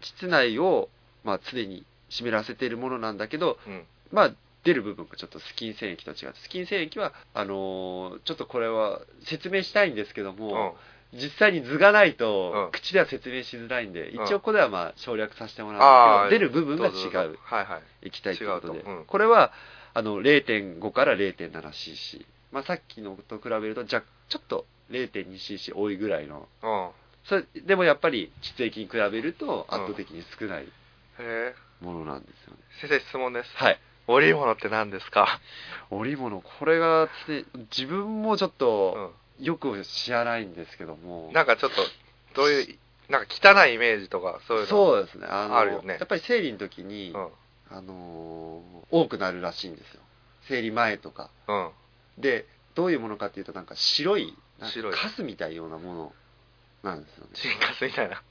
Speaker 4: 膣内を、まあ、常に湿らせているものなんだけど、
Speaker 3: うん
Speaker 4: まあ出る部分がちょっとスキン腺液と違ってスキン腺液はあのーちょっとこれは説明したいんですけど
Speaker 3: う
Speaker 4: も、
Speaker 3: ん。
Speaker 4: 実際に図がないと、
Speaker 3: うん
Speaker 4: 口では説明しづらいんで、
Speaker 3: うん
Speaker 4: 一応ここではまあ省略させてもらうんですけど出る部分
Speaker 3: ど
Speaker 4: が
Speaker 3: うぞどうぞ
Speaker 4: 違う
Speaker 3: はいはい。
Speaker 4: 液体ということで
Speaker 3: 違うとうん
Speaker 4: これはあの0.5から 0.7cc、まあ、さっきのと比べると若ちょっと 0.2cc 多いぐらいの
Speaker 3: うん。
Speaker 4: それでもやっぱり膣液に比べると圧倒的に少ない
Speaker 3: へえ。
Speaker 4: ものなんですよね、
Speaker 3: 先生、質問です。
Speaker 4: はい
Speaker 3: 織物って何ですか
Speaker 4: 織物これがつ自分もちょっと
Speaker 3: う
Speaker 4: よく知らないんですけども
Speaker 3: ん。なんかちょっと、どういう、なんか汚いイメージとか、そういうの。
Speaker 4: そうですねあの
Speaker 3: あるよね
Speaker 4: やっぱり生理の時に、
Speaker 3: うん。
Speaker 4: あのー多くなるらしいんですよ生理前とか
Speaker 3: うん。
Speaker 4: でどういうものかっていうとなんか白いなんか
Speaker 3: 白い
Speaker 4: カスみたいようなものなんで
Speaker 3: *laughs*
Speaker 4: すよ
Speaker 3: チンカスみたいな。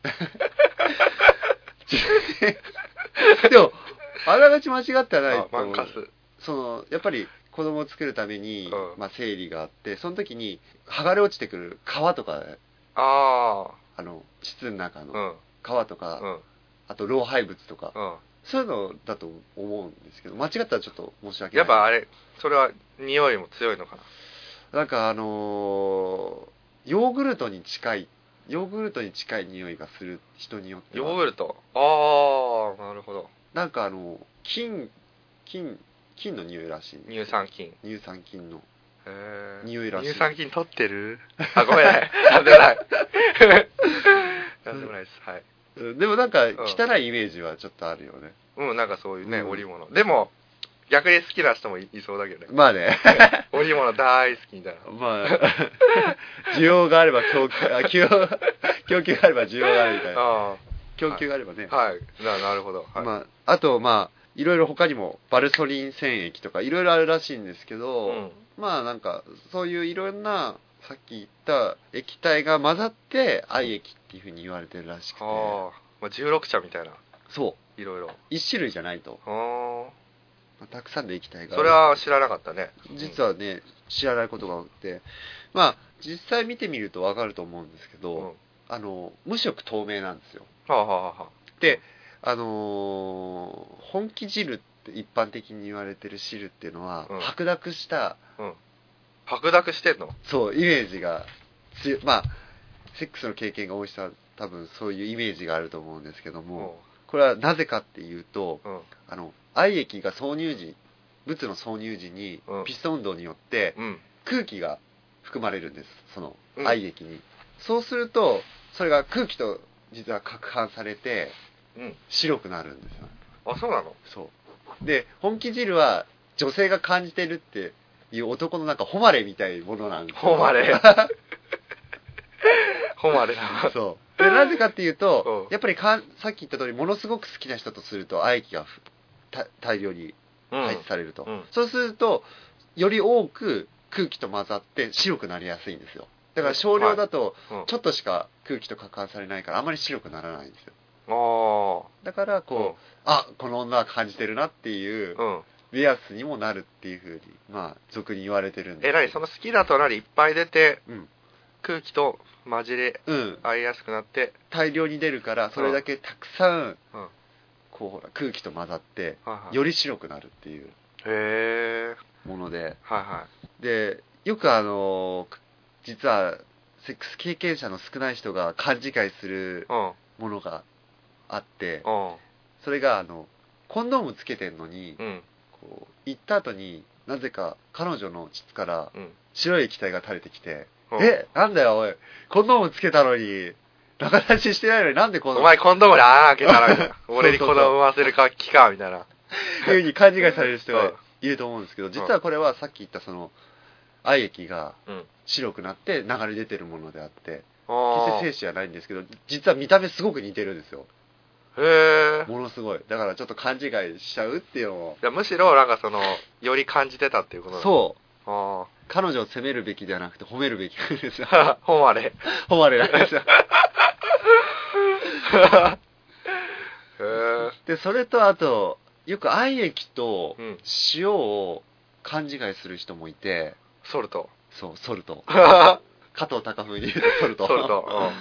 Speaker 4: ねでもあらがち間違ってはない
Speaker 3: あ
Speaker 4: と、
Speaker 3: マ
Speaker 4: 思
Speaker 3: ン
Speaker 4: う
Speaker 3: カス。
Speaker 4: そのやっぱり子供を作るために、
Speaker 3: うん
Speaker 4: まあ、生理があってその時に剥がれ落ちてくる皮とか
Speaker 3: あ
Speaker 4: あの膣の中
Speaker 3: ー。
Speaker 4: の
Speaker 3: うん。
Speaker 4: 皮とか、
Speaker 3: うん。
Speaker 4: あと老廃物とか
Speaker 3: うん。
Speaker 4: そういうのだと思うんですけど間違ったらちょっと申し訳な
Speaker 3: や
Speaker 4: い
Speaker 3: っぱあれ、それは匂いも強いのかな。
Speaker 4: なんかあのーヨーグルトに近いヨーグルトに近い匂いがする人によって
Speaker 3: ヨー
Speaker 4: は
Speaker 3: グルト。ああ、なるほど。
Speaker 4: なんかあの菌菌菌の匂いらしい
Speaker 3: 乳酸菌。へ
Speaker 4: 乳酸菌の
Speaker 3: え
Speaker 4: 匂いらしい
Speaker 3: 乳酸菌取って
Speaker 4: *laughs*
Speaker 3: るあ、ごめんなさい。なんでもない。なんでもないです。はい。
Speaker 4: うんでもなんか
Speaker 3: ん
Speaker 4: 汚いイメージはちょっとあるよね、
Speaker 3: うん、なんかそういうね、
Speaker 4: うん
Speaker 3: 織物。でも、逆に好きな人もいいそうだけどね。
Speaker 4: まあね
Speaker 3: 織物大好きみたいな。
Speaker 4: まあ *laughs* 需要があれば供給あ需要供給があれば需要があるみたいな
Speaker 3: あ
Speaker 4: 供給があればね、
Speaker 3: あ、はい。ななるほど。はい。
Speaker 4: まあ、あとまあいろいろ他にもバルソリン腺液とかいろいろあるらしいんですけど、
Speaker 3: うん。
Speaker 4: まあなんかそういういろんなさっき言った液体が混ざって愛液っていうふうに言われてるらしくて
Speaker 3: ああ、まあ、16茶みたいな。
Speaker 4: そ
Speaker 3: いろいろ。
Speaker 4: う1種類じゃないと、
Speaker 3: あ
Speaker 4: まあたくさんの液体
Speaker 3: あ。
Speaker 4: があ
Speaker 3: それ
Speaker 4: る
Speaker 3: は知らなかったね。
Speaker 4: 実はね知らないことが多くてまあ実際見てみるとわかると思うんですけど、
Speaker 3: うん
Speaker 4: あの無色透明なんですよ
Speaker 3: はあ、はあはあは
Speaker 4: あのー本気汁って一般的に言われてる汁っていうのは、
Speaker 3: うん
Speaker 4: 白濁した
Speaker 3: あ、白濁してんの
Speaker 4: そうイメージが強いまあセックスの経験が多い人は多分そういうイメージがあると思うんですけども、これはなぜかっていうと
Speaker 3: うん。
Speaker 4: あの愛液が挿入時物の挿入時に
Speaker 3: うん
Speaker 4: ピストン運動によって
Speaker 3: うん。
Speaker 4: 空気が含まれるんですその
Speaker 3: うん
Speaker 4: 愛液に、そうするとそれが空気と実は攪拌されて
Speaker 3: うん
Speaker 4: 白くなるんですよね
Speaker 3: あ、そうなの
Speaker 4: そうで本気汁は女性が感じてるっていう男のなんか誉れみたいなものなんですよ
Speaker 3: 誉れ。誉れだ。
Speaker 4: *laughs* そ
Speaker 3: *laughs*
Speaker 4: う。で、なぜかっていう
Speaker 3: う
Speaker 4: と
Speaker 3: ん、
Speaker 4: やっぱりかんさっき言った通り、ものすごく好きな人とすると、愛液がふた大量に
Speaker 3: う
Speaker 4: 排出されると。
Speaker 3: うん
Speaker 4: そうすると、より多く空気と混ざって白くなりやすいんですよ。だから少量だと
Speaker 3: はいうん、
Speaker 4: ちょっとしか空気と攪拌されないから、あまり白くならないんですよ。
Speaker 3: ああ。
Speaker 4: だから、こう、あ、この女は感じてるなっていう
Speaker 3: う、ん。
Speaker 4: 目安にもなるっていうふうに、まあ、俗に言われてるんで。
Speaker 3: え、なにその好きだとなりいっぱい出て、
Speaker 4: うん
Speaker 3: 空気と混じり
Speaker 4: うん。
Speaker 3: 合いやすくなって、
Speaker 4: 大量に出るから、それだけたくさん
Speaker 3: うん、
Speaker 4: こう、ほら、空気と混ざって、
Speaker 3: はいはい
Speaker 4: より白くなるっていう
Speaker 3: へえ。
Speaker 4: もので
Speaker 3: はいは
Speaker 4: でよくあの実はセックス経験者の少ない人が勘違いする
Speaker 3: い。
Speaker 4: ものがあって
Speaker 3: うん。うん。
Speaker 4: それがあのコンドームつけてんのに
Speaker 3: うん。
Speaker 4: こう行った後になぜか彼女の膣から
Speaker 3: うん
Speaker 4: 白い液体が垂れてきて「
Speaker 3: うん
Speaker 4: えなんだよおいコンドームつけたのに仲立ちしてないのになんでこ
Speaker 3: お
Speaker 4: の
Speaker 3: 前今度もな開けたらみたい *laughs* な、
Speaker 4: そう
Speaker 3: 俺に子供産ませるか、気か、みたいな。
Speaker 4: ふうに勘違いされる人がいると思うんですけど実はこれはさっき言ったその愛液が
Speaker 3: うん
Speaker 4: 白くなって流れ出てるものであって
Speaker 3: あ
Speaker 4: 決して精子じゃないんですけど実は見た目すごく似てるんですよ
Speaker 3: あ。へえ。
Speaker 4: ものすごいだからちょっと勘違いしちゃうっていうのも
Speaker 3: じゃあむしろ、なんかその、より感じてたっていうことう。
Speaker 4: そう
Speaker 3: あ
Speaker 4: 彼女を責めるべきではなくて褒めるべきなんですよ
Speaker 3: *laughs* あ。誉れ。
Speaker 4: 誉れなんですよ
Speaker 3: *laughs* へえ。
Speaker 4: でそれとあとよく愛液と
Speaker 3: うん
Speaker 4: 塩を勘違いする人もいて、
Speaker 3: ソルト。
Speaker 4: そうソ
Speaker 3: *laughs*
Speaker 4: ルト
Speaker 3: ソ
Speaker 4: 加藤隆文で言うとソルト
Speaker 3: ルト。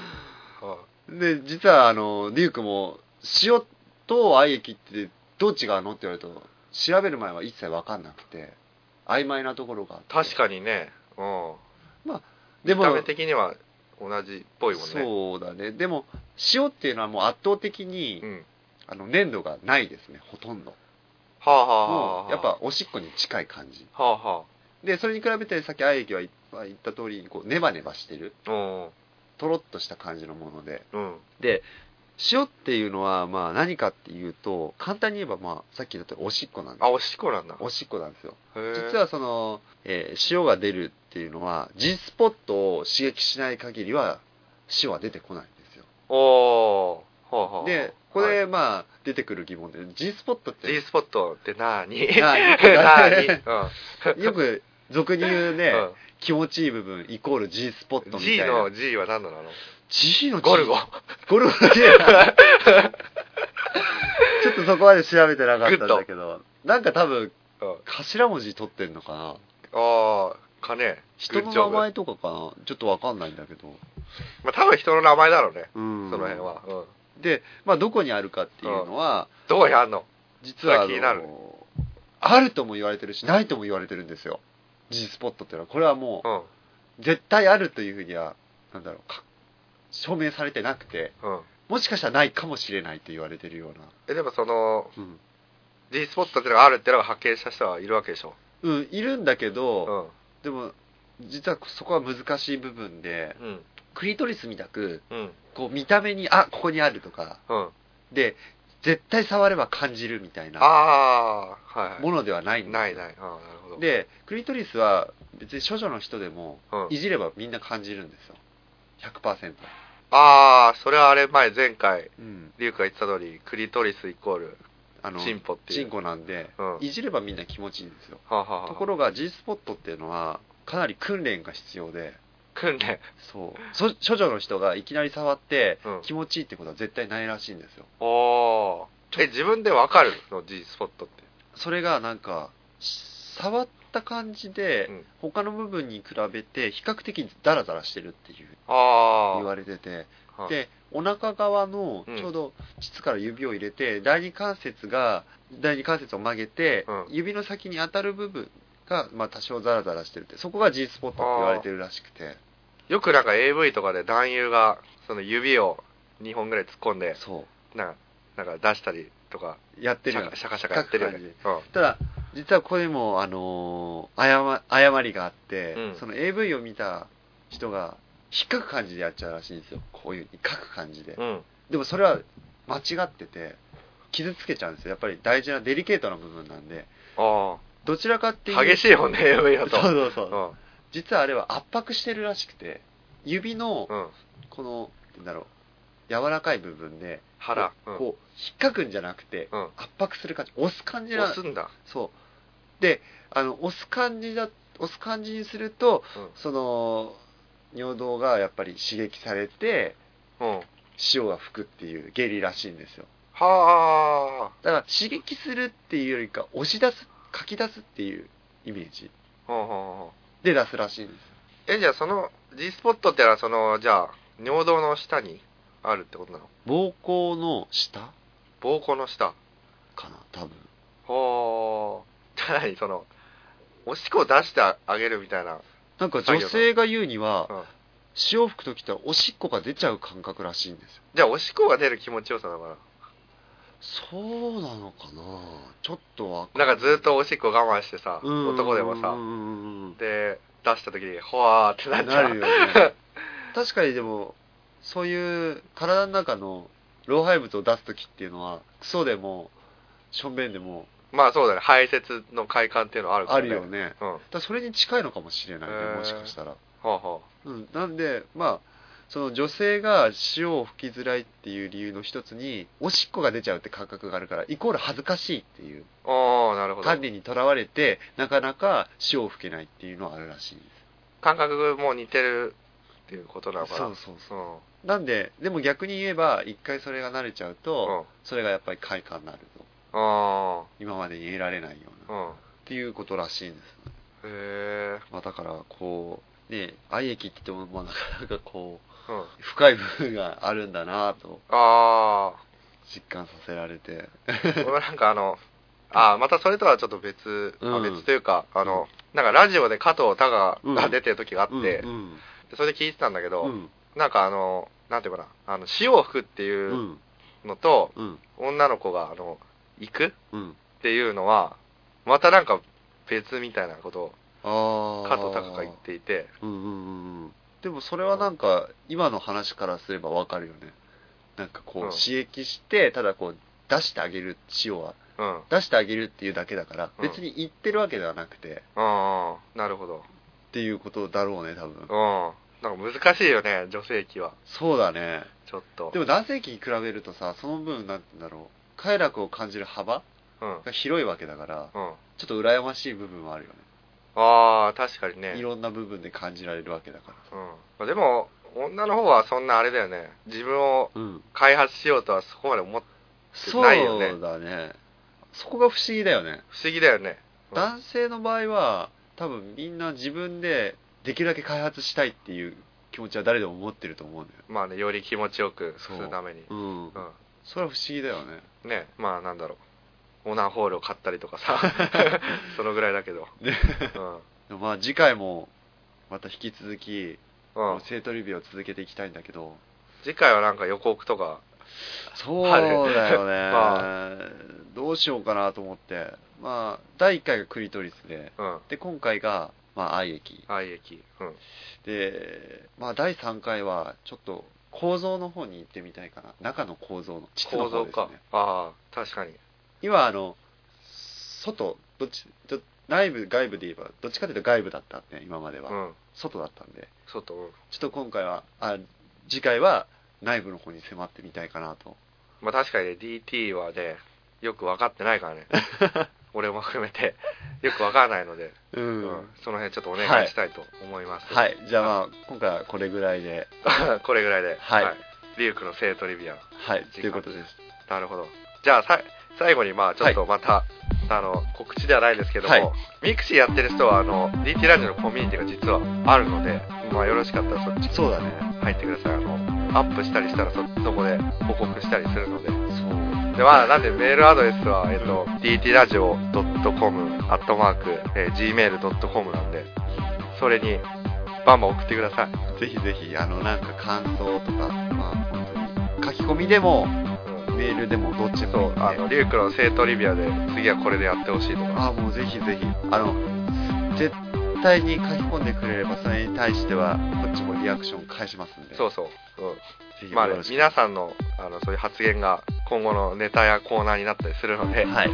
Speaker 3: うんうん
Speaker 4: *laughs* で実はあのリュウ君も塩と愛液ってどっちがあるのって言われると調べる前は一切分かんなくて曖昧なところがあって
Speaker 3: 確かにね。うん。
Speaker 4: で
Speaker 3: 見
Speaker 4: も
Speaker 3: た目的には同じっぽいもんね。
Speaker 4: そうだねでも塩っていうのはもう圧倒的に、
Speaker 3: うん。
Speaker 4: あの粘度がないですねほとんど
Speaker 3: はあはあは
Speaker 4: も
Speaker 3: あは
Speaker 4: う
Speaker 3: あ。
Speaker 4: やっぱおしっこに近い感じ
Speaker 3: はあは
Speaker 4: でそれに比べてさっき愛液は言は言った通りこうネバネバしてる
Speaker 3: あ。うん。
Speaker 4: とろっとした感じのもので
Speaker 3: うん。
Speaker 4: で塩っていうのはまあ何かっていうと簡単に言えばまあさっきだとおしっこなんです
Speaker 3: あ、おしっこなんだ。
Speaker 4: おしっこなんですよ
Speaker 3: へえ
Speaker 4: 実はその、えー塩が出るっていうのは G スポットを刺激しない限りは塩は出てこないんですよ
Speaker 3: おー。はあはあ。
Speaker 4: でこれ、まあ出てくる疑問で G スポットっ
Speaker 3: はい、G
Speaker 4: て
Speaker 3: スポットってなー
Speaker 4: *laughs*
Speaker 3: に
Speaker 4: なーに
Speaker 3: なーに *laughs* うん。
Speaker 4: よく俗に言うね、
Speaker 3: うん
Speaker 4: 気持ちいい部分イコール G スポットみたい
Speaker 3: G
Speaker 4: な
Speaker 3: の G は何なの
Speaker 4: G の G
Speaker 3: ゴルゴ。 *laughs*
Speaker 4: ゴルゴだけちょっとそこまで調べてなかったんだけどなんか多分
Speaker 3: うん
Speaker 4: 頭文字取ってんのかな
Speaker 3: ああ、かね。
Speaker 4: 人の
Speaker 3: グッジョ
Speaker 4: 名
Speaker 3: ブ
Speaker 4: 前とかかなちょっとわかんないんだけど
Speaker 3: まあ多分人の名前だろうね。
Speaker 4: うん
Speaker 3: その辺は。うん。
Speaker 4: で、まあ、どこにあるかっていうのは、
Speaker 3: どうやんの
Speaker 4: 実はあ
Speaker 3: それ気になる
Speaker 4: のあるとも言われてるしないとも言われてるんですよ G スポットっていうのはこれはも
Speaker 3: うん。
Speaker 4: う絶対あるというふうにはなんだろうか証明されてなくて
Speaker 3: うん。
Speaker 4: もしかしたらないかもしれないって言われてるような、
Speaker 3: え、でもその、
Speaker 4: うん
Speaker 3: G スポットっていうのがあるっていうのが発見した人はいるわけでしょ。
Speaker 4: うん、いるんだけど、
Speaker 3: う
Speaker 4: でも実はそこは難しい部分で
Speaker 3: ん。うん。
Speaker 4: クリトリスみたく
Speaker 3: うん。
Speaker 4: こう見た目にあここにあるとか
Speaker 3: うん。
Speaker 4: で絶対触れば感じるみたいな
Speaker 3: ああー、はい、はい。
Speaker 4: ものではないんですよ
Speaker 3: ないない。ああ、なるほど。
Speaker 4: でクリトリスは別に処女の人でも
Speaker 3: うん、
Speaker 4: いじればみんな感じるんですよ100%、
Speaker 3: ああ、それはあれ前、前回、
Speaker 4: うん、
Speaker 3: リュウクが言ってた通り、クリトリスイコール、
Speaker 4: あの
Speaker 3: チンポっていう。
Speaker 4: チンコなんで、
Speaker 3: うん
Speaker 4: いじればみんな気持ちいいんですよ
Speaker 3: はあ、はあはあ、
Speaker 4: ところが G スポットっていうのはかなり訓練が必要で
Speaker 3: 訓練。
Speaker 4: そうそ処女の人がいきなり触って
Speaker 3: うん
Speaker 4: 気持ちいいってことは絶対ないらしいんですよ
Speaker 3: おー。え、自分でわかるの ?G スポットって。
Speaker 4: それがなんか触った感じで
Speaker 3: うん
Speaker 4: 他の部分に比べて比較的ダラダラしてるっていう
Speaker 3: あ
Speaker 4: 言われてて
Speaker 3: あ。
Speaker 4: でお腹側の
Speaker 3: うん
Speaker 4: ちょうど膣から指を入れて、第二関節が第二関節を曲げて、
Speaker 3: うん
Speaker 4: 指の先に当たる部分が、まあ、多少ザラザラしてるってそこが G スポットって言われてるらしくて
Speaker 3: よくなんか AV とかで男優が、その指を2本ぐらい突っ込んで、
Speaker 4: そ
Speaker 3: なんか、なんか出したりとか、
Speaker 4: うやって
Speaker 3: シ
Speaker 4: る
Speaker 3: ャ
Speaker 4: よ
Speaker 3: カシャカシャカやってるよね。うん。
Speaker 4: ただ実はここでも、あのー誤誤りがあって、
Speaker 3: うん
Speaker 4: その AV を見た人が引っかく感じでやっちゃうらしいんですよこういうふうに書く感じで、
Speaker 3: うん。
Speaker 4: でもそれは間違ってて傷つけちゃうんですよやっぱり大事なデリケートな部分なんで
Speaker 3: あ
Speaker 4: どちらかっていう
Speaker 3: あ。激しいもんね、AV だと。
Speaker 4: そうそうそう、
Speaker 3: うん。
Speaker 4: 実はあれは圧迫してるらしくて指の
Speaker 3: うん。
Speaker 4: この、なんだろう柔らかい部分で
Speaker 3: 腹。うん
Speaker 4: こう引っかくんじゃなくて、
Speaker 3: うん
Speaker 4: 圧迫する感じ押す感じな
Speaker 3: 押すんだ。
Speaker 4: そうであの押す感じだ押す感じにすると
Speaker 3: うん
Speaker 4: その尿道がやっぱり刺激されて
Speaker 3: うん。
Speaker 4: 塩が吹くっていう下痢らしいんですよ
Speaker 3: は
Speaker 4: だから刺激するっていうよりか押し出すかき出すっていうイメージ
Speaker 3: あ。うんうんうん。
Speaker 4: で出すらしいんです
Speaker 3: え、じゃあその G スポットってのは、その、じゃあ、尿道の下にあるってことなの
Speaker 4: 膀胱の下
Speaker 3: 膀胱の下。
Speaker 4: かな多分
Speaker 3: ほー。じゃあ何その、おしっこを出してあげるみたいな。
Speaker 4: なんか女性が言うに
Speaker 3: う
Speaker 4: は
Speaker 3: ん
Speaker 4: 潮吹く時っておしっこが出ちゃう感覚らしいんですよ
Speaker 3: じゃあ、おしっこが出る気持ちよさだか
Speaker 4: そうなのかなちょっとわ
Speaker 3: ら。なんかずっとおしっこ我慢してさ、
Speaker 4: うん
Speaker 3: 男でも
Speaker 4: う
Speaker 3: さ、
Speaker 4: んうんうんうん
Speaker 3: で、出した時に、ほわーってなっち
Speaker 4: な
Speaker 3: ゃ
Speaker 4: る
Speaker 3: う。
Speaker 4: よね確かにでもそういう体の中の老廃物を出す時っていうのはクソでもしょんべんでも
Speaker 3: まあそうだね、排泄の快感っていうのはあるか
Speaker 4: あ
Speaker 3: ら
Speaker 4: る
Speaker 3: ね。
Speaker 4: よね
Speaker 3: うん。は
Speaker 4: だからそれに近いのかもしれないね
Speaker 3: へー
Speaker 4: もしかしたら、
Speaker 3: あは
Speaker 4: うん、なんでまあその女性が塩を吹きづらいっていう理由の一つにおしっこが出ちゃうって感覚があるからイコール恥ずかしいっていう
Speaker 3: あ。おー、なるほど。
Speaker 4: 観念にとらわれてなかなか塩を吹けないっていうのはあるらしいんで
Speaker 3: 感覚も似てるっていうことなの
Speaker 4: す
Speaker 3: かな。
Speaker 4: そうそうそ
Speaker 3: うん。
Speaker 4: うなんででも逆に言えば一回それが慣れちゃうと、
Speaker 3: うん
Speaker 4: それがやっぱり快感になる
Speaker 3: あ
Speaker 4: 今までに得られないよ
Speaker 3: あ
Speaker 4: う
Speaker 3: う
Speaker 4: なっ
Speaker 3: ん
Speaker 4: ていうことらしいんです、
Speaker 3: へえ
Speaker 4: まあ、だからこうね愛液って言ってもまあなかなかこう
Speaker 3: うん
Speaker 4: 深い部分があるんだなと
Speaker 3: ああ
Speaker 4: 実感させられて
Speaker 3: 俺なんかあ
Speaker 4: *laughs*
Speaker 3: のああまたそれとはちょっと別、あ
Speaker 4: うん
Speaker 3: 別というかあの、なんかラジオで加藤タガが出てる時があって、
Speaker 4: うん
Speaker 3: それで聞いてたんだけ
Speaker 4: う
Speaker 3: ど、
Speaker 4: ん
Speaker 3: なんかあのなんていうかなあの潮を吹くって
Speaker 4: う
Speaker 3: いうんのと、
Speaker 4: うん
Speaker 3: 女の子があの行く
Speaker 4: うん
Speaker 3: っていうのはまたなんか別みたいなこと
Speaker 4: あ
Speaker 3: を
Speaker 4: あ
Speaker 3: 加藤隆が言っていて
Speaker 4: うんうんうんうんでもそれはなんか今の話からすればわかるよねなんかこう
Speaker 3: うん
Speaker 4: 刺激してただこう出してあげる塩は
Speaker 3: うんうん
Speaker 4: 出してあげるっていうだけだから
Speaker 3: うん
Speaker 4: 別に言ってるわけではなくて、っ
Speaker 3: うんなるほど
Speaker 4: ていうことだろうね多分
Speaker 3: うんなんか難しいよね女性器は
Speaker 4: そうだね
Speaker 3: ちょっと
Speaker 4: でも男性器に比べるとさその分なんて言うんだろう快楽を感じる幅
Speaker 3: うん
Speaker 4: が広いわけだから
Speaker 3: うん
Speaker 4: ちょっと羨ましい部分はあるよね
Speaker 3: ああ確かにね
Speaker 4: いろんな部分で感じられるわけだか
Speaker 3: うんまあでも女の方はそんなあれだよね自分を
Speaker 4: らうん
Speaker 3: 開発しようとはそこまで思っ
Speaker 4: そう
Speaker 3: ないよね
Speaker 4: だねそこが不思議だよね
Speaker 3: 不思議だよねうん
Speaker 4: 男性の場合は多分みんな自分でできるだけ開発したいっていう気持ちは誰でも持ってると思うんだよ
Speaker 3: まあねより気持ちよくするために
Speaker 4: うん
Speaker 3: うん
Speaker 4: それは不思議だよね
Speaker 3: ねまあなんだろうオナーホールを買ったりとか
Speaker 4: *laughs*
Speaker 3: さそのぐらいだけど、
Speaker 4: ね
Speaker 3: うん
Speaker 4: でもまあ次回もまた引き続き、
Speaker 3: うん、
Speaker 4: 生徒リビューを続けていきたいんだけど
Speaker 3: 次回はなんか予告とか
Speaker 4: そうだ
Speaker 3: *laughs*
Speaker 4: よね、
Speaker 3: は
Speaker 4: どうしようかなと思ってまあ第1回がクリトリスで
Speaker 3: うん
Speaker 4: で今回がまあ愛液
Speaker 3: 愛液うん
Speaker 4: でまあ第3回はちょっと構造の方に行ってみたいかな中の構造の地図の
Speaker 3: 構
Speaker 4: 方
Speaker 3: 造
Speaker 4: です
Speaker 3: か、
Speaker 4: ね
Speaker 3: ああ確かに
Speaker 4: 今あの外どっちど内部外部で言えばどっちかというと外部だったんで今までは、
Speaker 3: うん
Speaker 4: 外だったんで
Speaker 3: 外うん
Speaker 4: ちょっと今回はあ次回は内部の方に迫ってみたいかなと
Speaker 3: まあ確かにね DT はねよく分かってないから
Speaker 4: *laughs*
Speaker 3: ね俺も含めてよく分からないので、
Speaker 4: うん
Speaker 3: うんその辺ちょっとお願いしたいと思います、
Speaker 4: はいじゃあまあ今回はこれぐらいで
Speaker 3: *laughs* これぐらいでは
Speaker 4: はい
Speaker 3: リュウクの生トリビア
Speaker 4: はいということです
Speaker 3: なるほどじゃあさ最後にまあちょっとまた、あの告知ではないですけども、
Speaker 4: はい
Speaker 3: ミクシーやってる人はあの DT ラジオのコミュニティが実はあるので、まあ、よろしかったらそっち
Speaker 4: そうだね
Speaker 3: 入ってくださいあのアップしたりしたらそそこで報告したりするので
Speaker 4: そう
Speaker 3: でまあなんでメールアドレスは、えっと dtradio.com アットマーク、えー gmail.com なんでそれにバンバン送ってください、
Speaker 4: ぜひぜひあのなんか感想とかまあ本当に書き込みでも
Speaker 3: うん
Speaker 4: メールでもどっちで
Speaker 3: そう
Speaker 4: もいいんで
Speaker 3: あのリュウクの生徒リビアで次はこれでやってほしいとか
Speaker 4: ああもうぜひぜひあの絶対に書き込んでくれればそれに対してはこっちもリアクション返しますんで
Speaker 3: そううそう、うん、
Speaker 4: ぜひ
Speaker 3: まあ
Speaker 4: よ
Speaker 3: ね
Speaker 4: ろし、く
Speaker 3: 皆さんのあのそういう発言が今後のネタやコーナーになったりするの
Speaker 4: *laughs*
Speaker 3: で、
Speaker 4: はい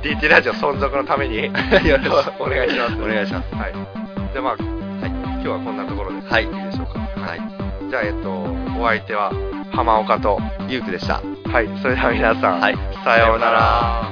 Speaker 3: DT ラジオ存続のため
Speaker 4: *laughs*
Speaker 3: に
Speaker 4: よろしく
Speaker 3: お願いします。
Speaker 4: お願いします
Speaker 3: はい。じゃあまあ、今日はこんなところで、
Speaker 4: はい
Speaker 3: いいでしょうか。
Speaker 4: はい
Speaker 3: じゃあ、えっと、お相手は浜岡と、
Speaker 4: ゆうくでした
Speaker 3: はい、それでは皆さん、
Speaker 4: はい
Speaker 3: さようなら。